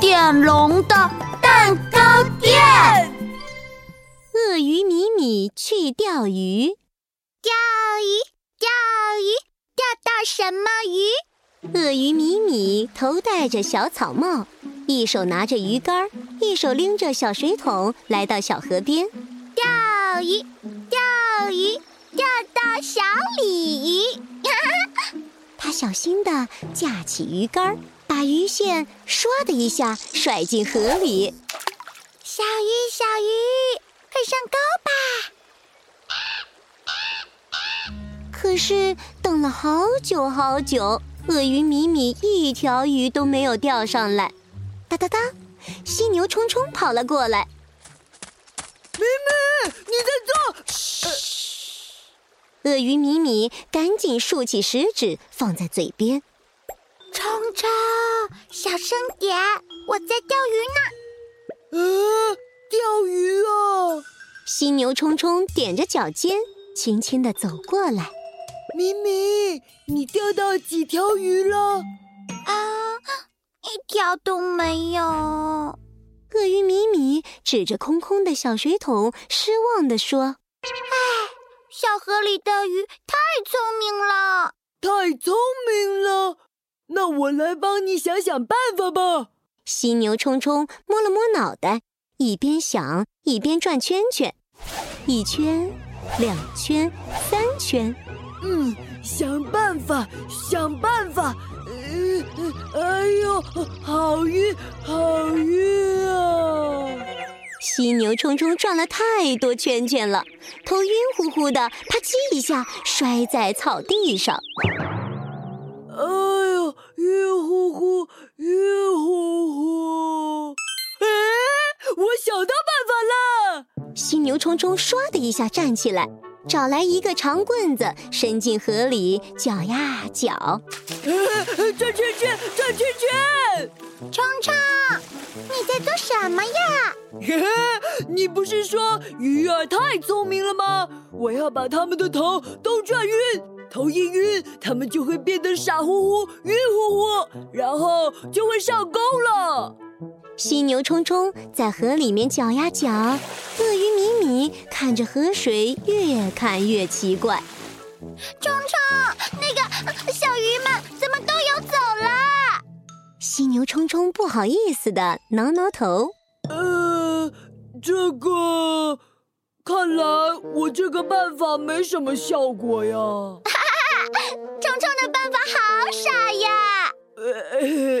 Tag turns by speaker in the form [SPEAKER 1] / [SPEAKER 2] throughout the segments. [SPEAKER 1] 变龙的蛋糕店。
[SPEAKER 2] 鳄鱼米米去钓鱼，
[SPEAKER 3] 钓鱼，钓鱼，钓到什么鱼？
[SPEAKER 2] 鳄鱼米米头戴着小草帽，一手拿着鱼竿，一手拎着小水桶，来到小河边。
[SPEAKER 3] 钓鱼，钓鱼，钓到小鲤鱼。
[SPEAKER 2] 他小心地架起鱼竿，把鱼线唰的一下甩进河里。
[SPEAKER 3] 小鱼，小鱼，快上钩吧！
[SPEAKER 2] 可是等了好久好久，鳄鱼米米一条鱼都没有钓上来。哒哒哒，犀牛冲冲跑了过来。
[SPEAKER 4] 米米，你在呃这？
[SPEAKER 2] 鳄鱼米米赶紧竖起食指放在嘴边。
[SPEAKER 3] 冲冲，小声点，我在钓鱼呢。
[SPEAKER 4] 呃，钓鱼啊！
[SPEAKER 2] 犀牛冲冲踮着脚尖，轻轻地走过来。
[SPEAKER 4] 米米，你钓到几条鱼了？
[SPEAKER 3] 啊，一条都没有。
[SPEAKER 2] 鳄鱼米米指着空空的小水桶，失望地说
[SPEAKER 3] 小河里的鱼太聪明了。
[SPEAKER 4] 太聪明了，那我来帮你想想办法吧。：“
[SPEAKER 2] 犀牛冲冲摸了摸脑袋，一边想一边转圈圈，一圈，两圈，三圈。
[SPEAKER 4] 嗯，想办法，想办法。呃，哎呦，好晕，好晕啊！
[SPEAKER 2] 犀牛冲冲转了太多圈圈了，头晕乎乎的，啪叽一下摔在草地上。
[SPEAKER 4] 哎呦，晕乎乎，晕乎乎。哎，我想到办法了！
[SPEAKER 2] 犀牛冲冲唰的一下站起来，找来一个长棍子，伸进河里搅呀搅。
[SPEAKER 4] 哎 转圈圈，转圈圈。
[SPEAKER 3] 冲冲，你在做什么呀？
[SPEAKER 4] 嘿嘿，你不是说鱼儿太聪明了吗？我要把它们的头都转晕，头一晕，它们就会变得傻乎乎、晕乎乎，然后就会上钩了。
[SPEAKER 2] 犀牛冲冲在河里面搅呀搅，鳄鱼米米看着河水越看越奇怪。
[SPEAKER 3] 冲冲，那个小鱼们怎么都游走了？
[SPEAKER 2] 犀牛冲冲不好意思的挠挠头，
[SPEAKER 4] 呃，这个，看来我这个办法没什么效果呀。
[SPEAKER 3] 冲冲的办法好傻呀！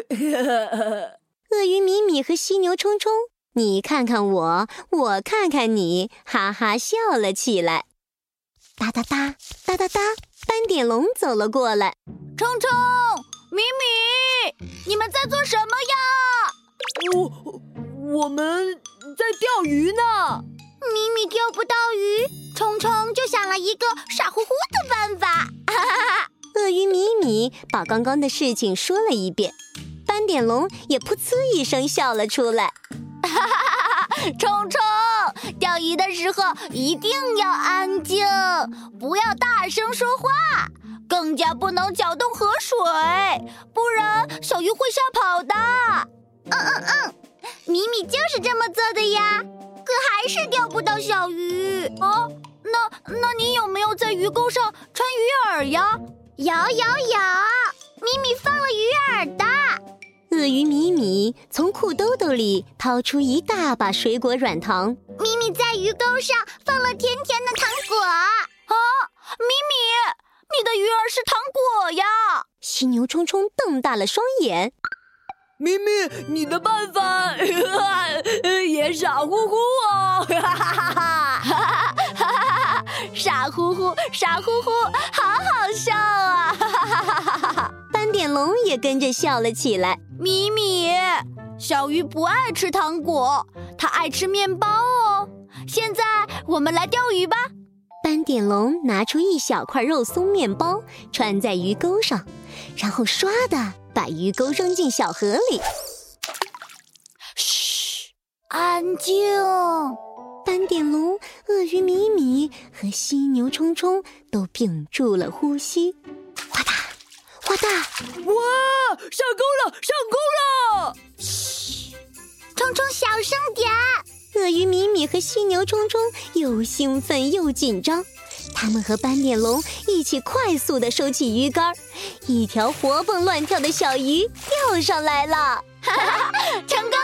[SPEAKER 4] 呃
[SPEAKER 2] 鳄鱼米米和犀牛冲冲，你看看我，我看看你，哈哈笑了起来。哒哒哒哒哒哒，斑点龙走了过来。
[SPEAKER 3] 冲冲、米米，你们在做什么呀？
[SPEAKER 4] 我我们在钓鱼呢。
[SPEAKER 3] 米米钓不到鱼，冲冲就想了一个傻乎乎的办法。
[SPEAKER 2] 鳄鱼米米把刚刚的事情说了一遍，斑点龙也噗呲一声笑了 出来。
[SPEAKER 3] 冲冲，钓鱼的时候一定要安静，不要大声说话，更加不能搅动河水，不然小鱼会吓跑的。嗯嗯嗯，米米就是这么做的呀，可还是钓不到小鱼哦。那那你有没有在鱼钩上穿鱼饵呀？有有有，米米放了鱼饵的。
[SPEAKER 2] 鳄鱼米米从裤兜兜里掏出一大把水果软糖，
[SPEAKER 3] 米米在鱼钩上放了甜甜的糖果。啊，米米，你的鱼儿是糖果呀！
[SPEAKER 2] 犀牛冲冲瞪大了双眼。
[SPEAKER 4] 明明，你的办法 也傻乎乎哦。
[SPEAKER 3] 傻乎乎，傻乎乎，好好笑啊！
[SPEAKER 2] 斑点龙也跟着笑了起来。
[SPEAKER 3] 米米，小鱼不爱吃糖果，它爱吃面包哦。现在我们来钓鱼吧。
[SPEAKER 2] 斑点龙拿出一小块肉松面包，穿在鱼钩上，然后唰的把鱼钩扔进小河里。
[SPEAKER 3] 嘘，安静。
[SPEAKER 2] 斑点龙、鳄鱼米米和犀牛冲冲都屏住了呼吸，哗嗒，哗嗒，
[SPEAKER 4] 哇，上钩了，上钩了！
[SPEAKER 2] 鱼米米和犀牛冲冲又兴奋又紧张，他们和斑点龙一起快速地收起鱼竿，一条活蹦乱跳的小鱼钓上来了。
[SPEAKER 3] 成功